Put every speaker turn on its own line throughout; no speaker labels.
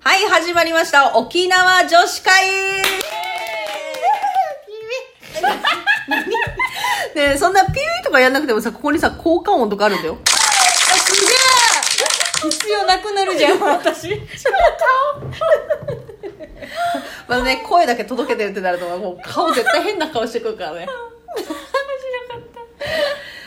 はい、始まりました。沖縄女子会ねえそんなピューとかやんなくてもさ、ここにさ、効果音とかあるんだよ。
すげえ必要なくなる じゃん私
まあね、声だけ届けてるってなると、もう顔絶対変な顔してくるからね。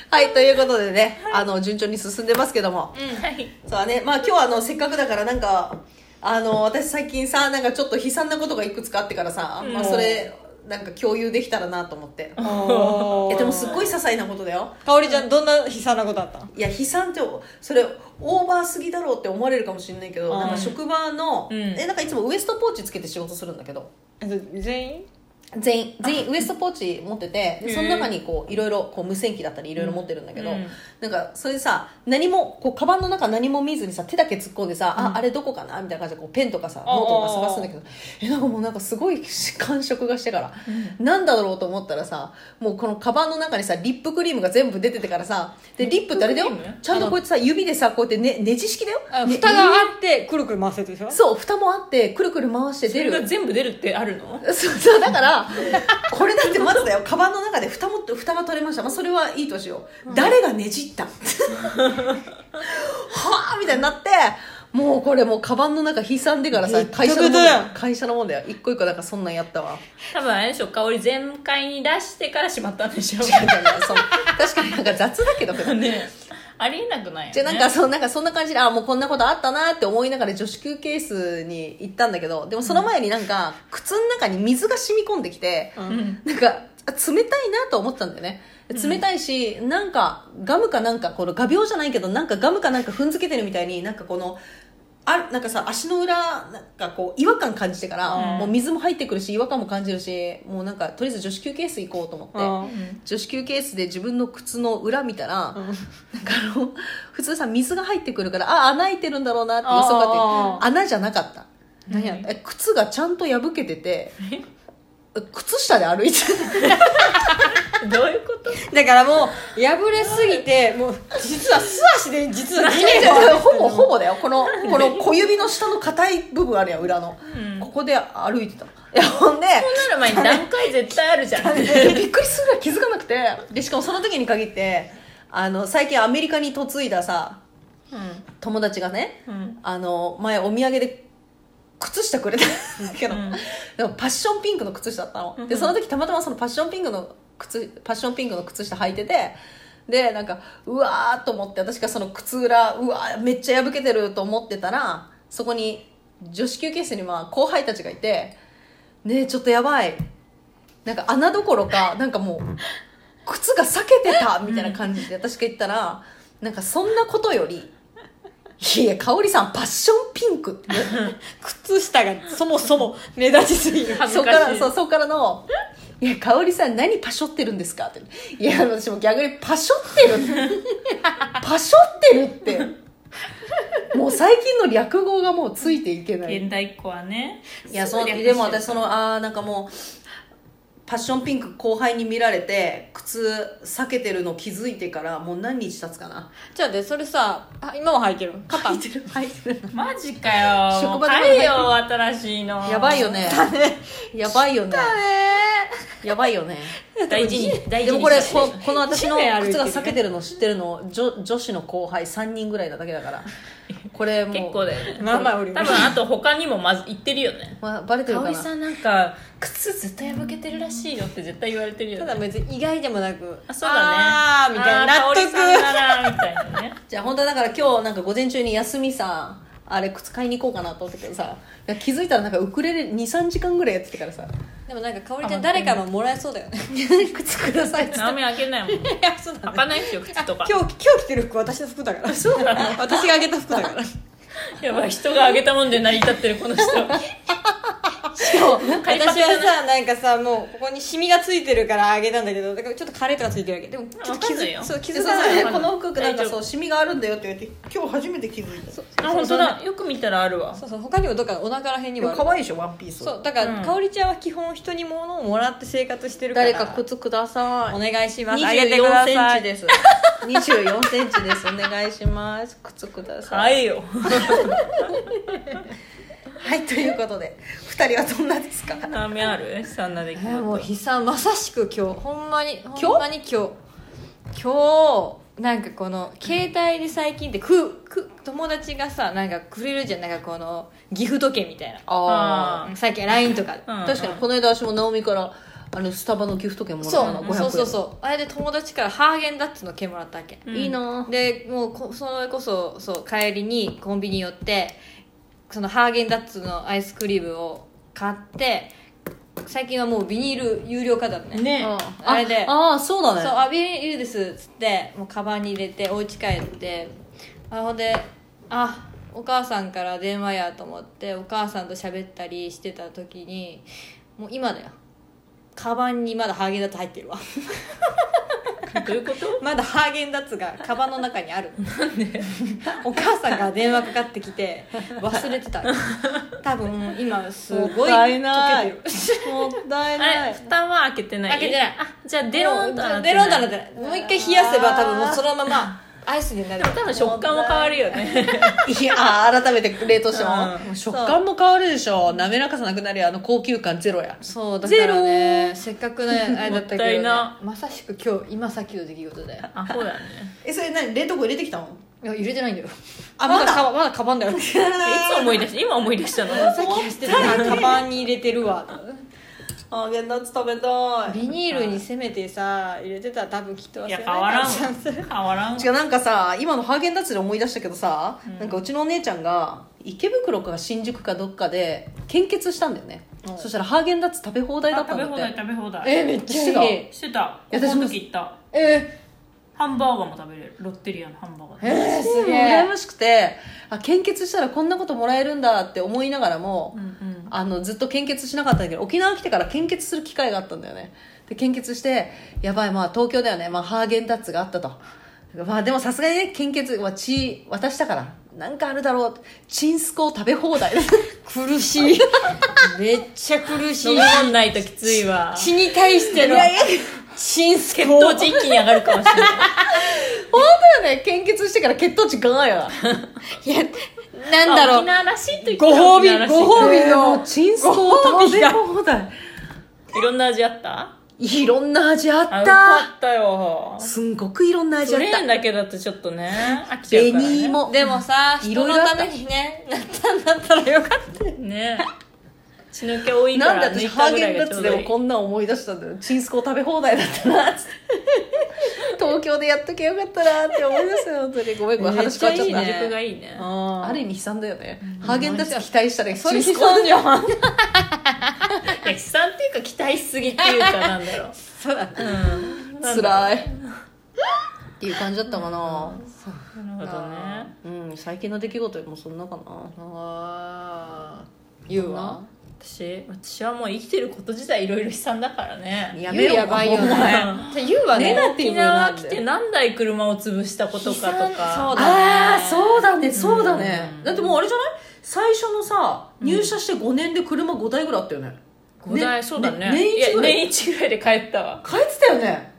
はい、ということでね、あの、順調に進んでますけども。
うんはい
そうだね、まあ今日はあの、せっかくだからなんか、あの、私最近さ、なんかちょっと悲惨なことがいくつかあってからさ、まあそれ、なんか共有できたらなと思って。えでもすっごい些細なことだよ。
かおりちゃんどんな悲惨なことあった
いや悲惨ってそれオーバーすぎだろうって思われるかもしれないけど、
うん
なんか職場の、
うん
えなんかいつもウエストポーチつけて仕事するんだけど
全員
全員全員ウエストポーチ持っててで
へー
その中にこういろいろこう無線機だったりいろいろ持ってるんだけど、
うん
なんかそれでさ何もこうカバンの中何も見ずにさ手だけ突っ込んでさ、ああれどこかなみたいな感じでこうペンとかさ
あー
ノートとか探すんだけどえなんかもうなんかすごい感触がしてから、なんだろうと思ったらさもうこのカバンの中にさリップクリームが全部出ててからさでリップってあれだよ
リップクリーム
ちゃんとこうやってさ指でさこうやってねねじ式だよ
あ
ね
蓋があってくるくる回せるでしょ
そう蓋もあってくるくる回して出る
全部出るってあるの
そうそうだからこれだってまずだよカバンの中で蓋も蓋が取れました、まあ、それはいいとしよう、誰がね じったはあみたいになってもうこれもうカバンの中悲惨でからさ
めっちゃ
会社のもんだよ
ベタ
会社のもんだよ一個一個なんかそんなんやったわ
多分あれでしょ香り全開に出してからしまったんでしょ
みたいなそう確かになんか雑だけど
ねありえなくないよ、ね、
じゃあなんかそうなんかそんな感じであもうこんなことあったなって思いながら女子休憩室に行ったんだけどでもその前になんか靴の中に水が染み込んできて、
う
うん
なんかあ冷たいなと思ったんだよね冷たいし、なんかガムかなんかこの画鋲じゃないけどなんかガムかなんか踏んづけてるみたいになんかこのあなんかさ足の裏なんかこう違和感感じてから、
うん
もう水も入ってくるし違和感も感じるしもうなんかとりあえず女子休憩室行こうと思って、
うん
女子休憩室で自分の靴の裏見たら、
うん
なんかあの普通さ水が入ってくるからあ穴開いてるんだろうなって予測
あ
って穴じゃなかった
何やった
え靴がちゃんと破けてて靴下で歩いてる
どういうこと
だからもう破れすぎてもう実は素足で実は地 面
い
で
やいやほぼほぼだよこのこの小指の下の硬い部分あるやん裏の、
うん
ここで歩いてたのいやほんで
そうなる前に段階絶対あるじゃん
びっくりするぐらい気づかなくてでしかもその時に限ってあの最近アメリカに嫁いださ友達がね、
うん
あの前お土産で靴下くれたんだけど、
うん
でもパッションピンクの靴下だったの、でその時たまたまそのパッションピンクの靴パッションピンクの靴下履いててでなんかうわーと思って私がその靴裏うわーめっちゃ破けてると思ってたらそこに女子休憩室にまあ後輩たちがいて「ねえちょっとやばい」なんか穴どころかなんかもう靴が裂けてたみたいな感じで私が言ったらなんかそんなことより「いや香織さんパッションピンク」って
靴下がそもそも目立ちすぎる
恥
そ
ず
こか、
からしい
そう、そこからの、いや、香織さん何パショってるんですかって。いや、私も逆にパショってる。パショってるって。もう最近の略語がもうついていけない。
現代っ子はね
いや
す
そ
ぐ
う
略して
で
る
も私そのああなんかもうパッションピンク後輩に見られて靴避けてるの気づいてからもう何日経つかな
じゃあでそれさあ今 も履いてる肩
履いてる履いてる
マジかよ
職場でも
帰れよ新しいの
やばいよねやばいよね
え
やばいよね
大事に大
で
事
も
に
これ
して
ここの私の
地面歩いて
靴
る
が
ね
避けてるの知ってるの女女子の後輩3人ぐらいなだけだ からこれもう
結構だよね
まあまあおるよ
多分あと他にもまず言ってるよね
まあ、バレてる
香
か
織
な
さんなんか靴絶対破けてるらしいよって絶対言われてるよ
た
ね
だ別に意外でもなく
あそうだね
あーみたいな
あ
納
ー香織さん
得
ならみたいなね
じゃあ本当はだから今日なんか午前中に休みさあれ靴買いに行こうかなと思ったけどさ気づいたらなんかウクレレ23時間ぐらいやっててから さ
でもなんか香りちゃん誰かのもらえそうだよね
靴くださいっつって
直美開 けな いもん
いやそうだ
開かないですよ靴とか
今日今日着てる服私の服だからそうだ私があげた服 だから
やばい人があげたもんで成り立ってるこの 人買い
私はさなんかさもうここにシミがついてるからあげたんだけどだからちょっとカレーとかついてるわけでもちょっと気
わかんない
づ
よ
そう気
で
づ
そう
かな
そう
い
わ
こ
かんない
の服なんか
大丈
そう
夫
シミがあるんだよって言われて今日初めて気づいたそう
あ本当だよく見たらあるわ
そうそう他にもどっかお腹らへんに
で
も
も
ある
可愛いでしょワンピース
そうだから、
うん
香りちゃんは基本人に物をもらって生活してるから
誰か靴ください
お願いしますあげてく
24
だ
セン
さ
チ
い
です。24センチです。お願いします。靴ください。
買えよ
はいということで2人はどんなですか
ダメあるそんな出来
えー
事
もう悲惨まさしく今日ほんまに
日
ほんまに今日今日なんかこの携帯で最近ってくく友達がさなんかくれるじゃんなんかこのギフト券みたい
あ
あ
な最近 LINE とかで、
うん
確かにこの間私も直美からあのスタバのギフト券もらっ
そ
たの
う
500円
そうそうそうあれで友達からハーゲンダッツの券もらったわけ、
うん
いいなぁ
でもうこそれこそそう帰りにコンビニ寄ってそのハーゲンダッツのアイスクリームを買って最近はもうビニール有料化だね
ね
うん
あれで
ああそうだね
そう「あビニールです」っつってもうカバンに入れてお家帰ってあほんであお母さんから電話やと思ってお母さんと喋ったりしてた時にもう今だよカバンにまだハーゲンダッツ入ってるわ
どういうこと
まだハーゲンダッツがカバンの中にある お母さんから電話かかってきて忘れ てた多分今すごい
もったいない
溶けてる
もったい
あれ蓋 は開けてない
開けてない
あじゃあデロンとはなってない
デロンとはなってないもう一回冷やせば多分もうそのままアイスになる
多分食感も変わるよ ね
いやー改めて冷凍しても、
うん
食感も変わるでしょ滑らかさなくなりあの高級感ゼロや
そうだか
ゼロ
らねせっかくねあれだったけど、
もった
ね
いな、
まさしく今日今さっきの出来事で
アホだね
えそれ何冷凍庫入れてきたの
いや入れてないんだよ
あまだ
だカバンまだカバンだよさ
いつ思い出した今思い出したの
っき走ってたからカバンに入れてるわ
あーゲンダッツ食べた
ビニールにせめてさ入れてたら多分きっと忘
い
れ
や
ない
変わらんわ
チャンス
変わらんわ
違うなんかさ今のハーゲンダッツで思い出したけどさ、なんかうちのお姉ちゃんが池袋か新宿かどっかで献血したんだよね、
うん
そしたらハーゲンダッツ食べ放題だ
あ
った
食
ん
べ
だっ
放
て
題食べ放題
えめっちゃいい
して
してた
いや
高
私
校
も
の時行った
え
ハンバーガーも食べれるロッテリアのハンバーガー
ー、えー、すげ
羨
え
ましくてあ献血したらこんなこともらえるんだって思いながらも、
うんうん
あのずっと献血しなかったんだけど沖縄来てから献血する機会があったんだよねで献血してやばいまあ東京だよね、まあ、ハーゲンダッツがあったとまあでもさすがにね献血は血渡したからなんかあるだろうチンスコを食べ放 題
苦し いめっちゃ苦しい
飲み込んないときついわ
血に対しての
いやいや
チンスケ
血糖値一気に上がるかもしれない
本当よね献血してから血糖値ガンや
いやなんだろ
沖
う
縄らしいと言った
ご
ら
褒美
沖縄らし
ご
い
褒美の
もうチンスコを食べ放題
いろんな味あった
いろんな味あ
あ
っ
よ
た
かったよ
すんごくいろんな味
そ
あっ
れ
た
だけだとちょっとね飽きちゃうからね
紅芋
でもさ
い
人
ろい
の
ろあった
ためにねなったんだったらよかった
ね血の気多いか
なん
ら
で私ハーゲンダッツでもこんなん思い出したんだよチンスコ食べ放題だったなっつって東京でやっとけよかったなって思い出すよ本当にごめんごめん
めっ
話
ち
変
ゃ
わっちゃっ
いい
た
ね
肉がいいね
ある意味悲惨だよね、ハーゲンダッツ期待したら
それ
チン
悲
スコ
惨じゃん
いや悲惨っていうか期待しすぎっていうかなんだろう
そうだね
うん
つらいっていう感じだったかな、
なるほどね
うん、最近の出来事よりもそんなかな
あー言うわ
私私はもう生きてること自体いろいろ悲惨だからね
やめろ
言うやばいよね
お前
じゃ あ言うわね
ネガティ
沖
ブな
縄
んだ
来
よ
て何台車を潰したことかと
悲惨そうだ
か
ね
ああそうだねそうだね、
うん
だってもうあれじゃない最初のさ入社して5年で車5台ぐらいあったよね、
5台そうだね
ね年
いや
一ぐらい
年一ぐらいで帰ったわ
帰ってたよね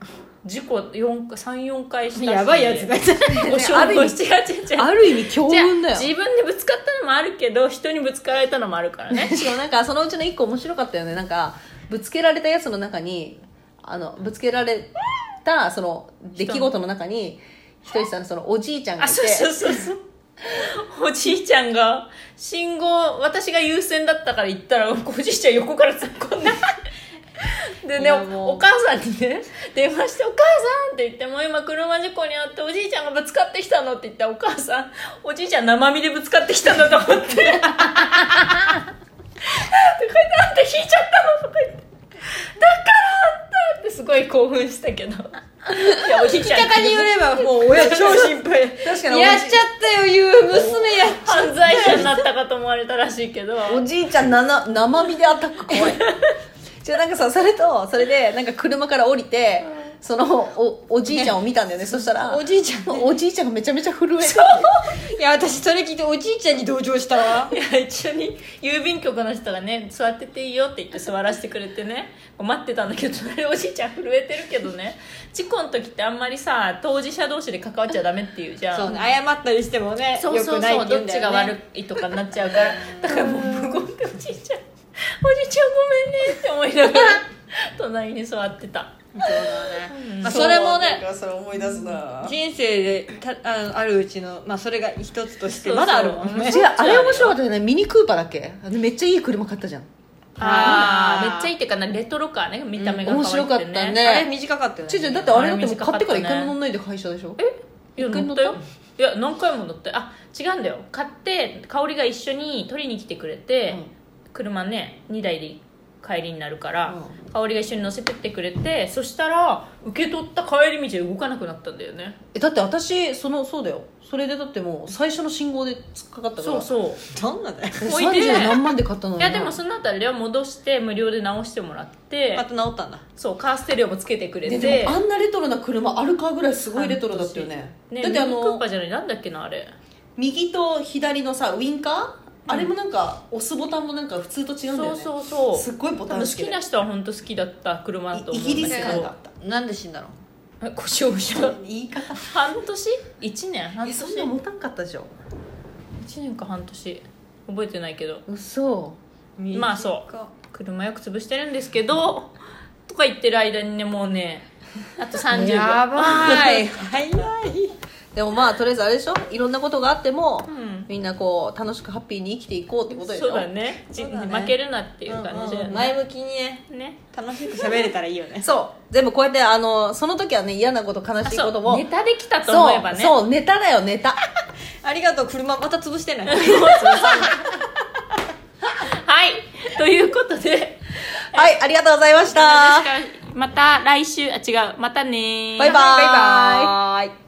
事故34回したし
やばいやつだ
お
ある
勝
意
負
味
してやっちゃちゃ
ある意味強
じゃあ
運だよ
自分でぶつかったのもあるけど人にぶつかられたのもあるからね
しかもなんかそのうちの一個面白かったよねなんかぶつけられたやつの中にあのぶつけられたその出来事の中にひとりさんのそのおじいちゃんが
あ
いて
そうそうそうそうおじいちゃんが信号私が優先だったから行ったらおじいちゃん横から突っ込んでで
い
ね
やもう
お母さんにね電話して「お母さん」って言って「もう今車事故に遭っておじいちゃんがぶつかってきたの」って言ったらお母さんおじいちゃん生身でぶつかってきたんだと思って「でこうやってなんて引いちゃったの」とか言って「だからあんた」ってすごい興奮したけどいやおじいちゃん
聞き方によればもう親超心配
確かに
やっちゃったよ言う娘やっちゃ
犯罪者になったかと思われたらしいけど
おじいちゃんなな生身でアタック怖いじゃあなんかさそれとそれでなんか車から降りてそのおおじいちゃんを見たんだよねそしたら
おじいちゃんね
おじいちゃんがめちゃめちゃ震えて
いや私それ聞いておじいちゃんに同情したわ
いや一緒に郵便局の人がね座ってていいよって言って座らせてくれてね待ってたんだけど隣おじいちゃん震えてるけどね事故の時ってあんまりさ当事者同士で関わっちゃダメっていうじゃん
そうね謝ったりしてもね
そうそ
良
う
くない
そ
っ
う、
て言
ど
う
っ
んだ
ち
よ
が
ね
悪いとかになっちゃうからだからもう無言でおじいちゃんおじいちゃんごめんねって思いながら隣に座ってた
そうだね、まあ、それもね
それ思い出すな
人生でたあのあるうちの、まあ、それが一つとして
そうそう
まだあるもんね
違うあれ面白かったよねミニクーパーだっけあのめっちゃいい車買ったじゃん
あ
あー
あめっちゃいいっていうかなレトロカーね見た目が
面
可愛
白
く
かって
ね
た
あれ
ね
短かったよね
ちょちょだってあれだってもう
あれ短
買
か
っ
ってたね
から一回も乗んないで会社でしょ
いや
一回乗
乗
っ
ったた
よ
よいや何回も乗ってあ違うんだよ買って香りが一緒に取りに来てくれて、車ね2台で帰りになるから、
う
香りが一緒に乗せてってくれてそしたら受け取った帰り道で動かなくなったんだよね
えだって私そのそうだよそれでだってもう最初の信号で突っかかったか
そ
ら
うそう
どんなだよ
え
置いて
30何万で買ったのに
いやでもその後あれは戻して無料で直してもらって、
また治ったんだ
そうカーステレオもつけてくれ
で
て
でもあんなレトロな車あるかぐらいすごいレトロだったよね
ね
だってあ
ミニクー
の
パーじゃないなんだっけなあれ
右と左のさウインカー、あれもなんか押すボタンもなんか普通と違うんだよ
そう
ね
そうそう
すっごいボ
多
タ
分
ン
好
式
き
で
な人は本当好きだった車だと思うんだけ
イギ
ど
リス感があった
なんで死んだの
え 故障した
言い方
半年1年半
え
年
そんな持たんかったでしょ
1年か半年覚えてないけど
嘘
まあそう車よく潰してるんですけどとか言ってる間にねもうねあと30秒
やばい早い
でもまあとりあえずあれでしょいろんなことがあっても、
うん
みんなこう楽しくハッピーに生きていこうってことでしょ
そうだねじ
そうだね
負けるなっていう感じだよね,、
前向きにね
ね
楽しく喋れたらいいよね
そう全部こうやってあのその時はね嫌なこと悲
あ
しい
そ
こ
う
とも
ネタできたと思えばね
そうそうネタだよ ネタ
ありがとう車また潰してない
はいということで
はいありがとうございました
また来週あ違うまたねー
バイバイ
バイバ
イ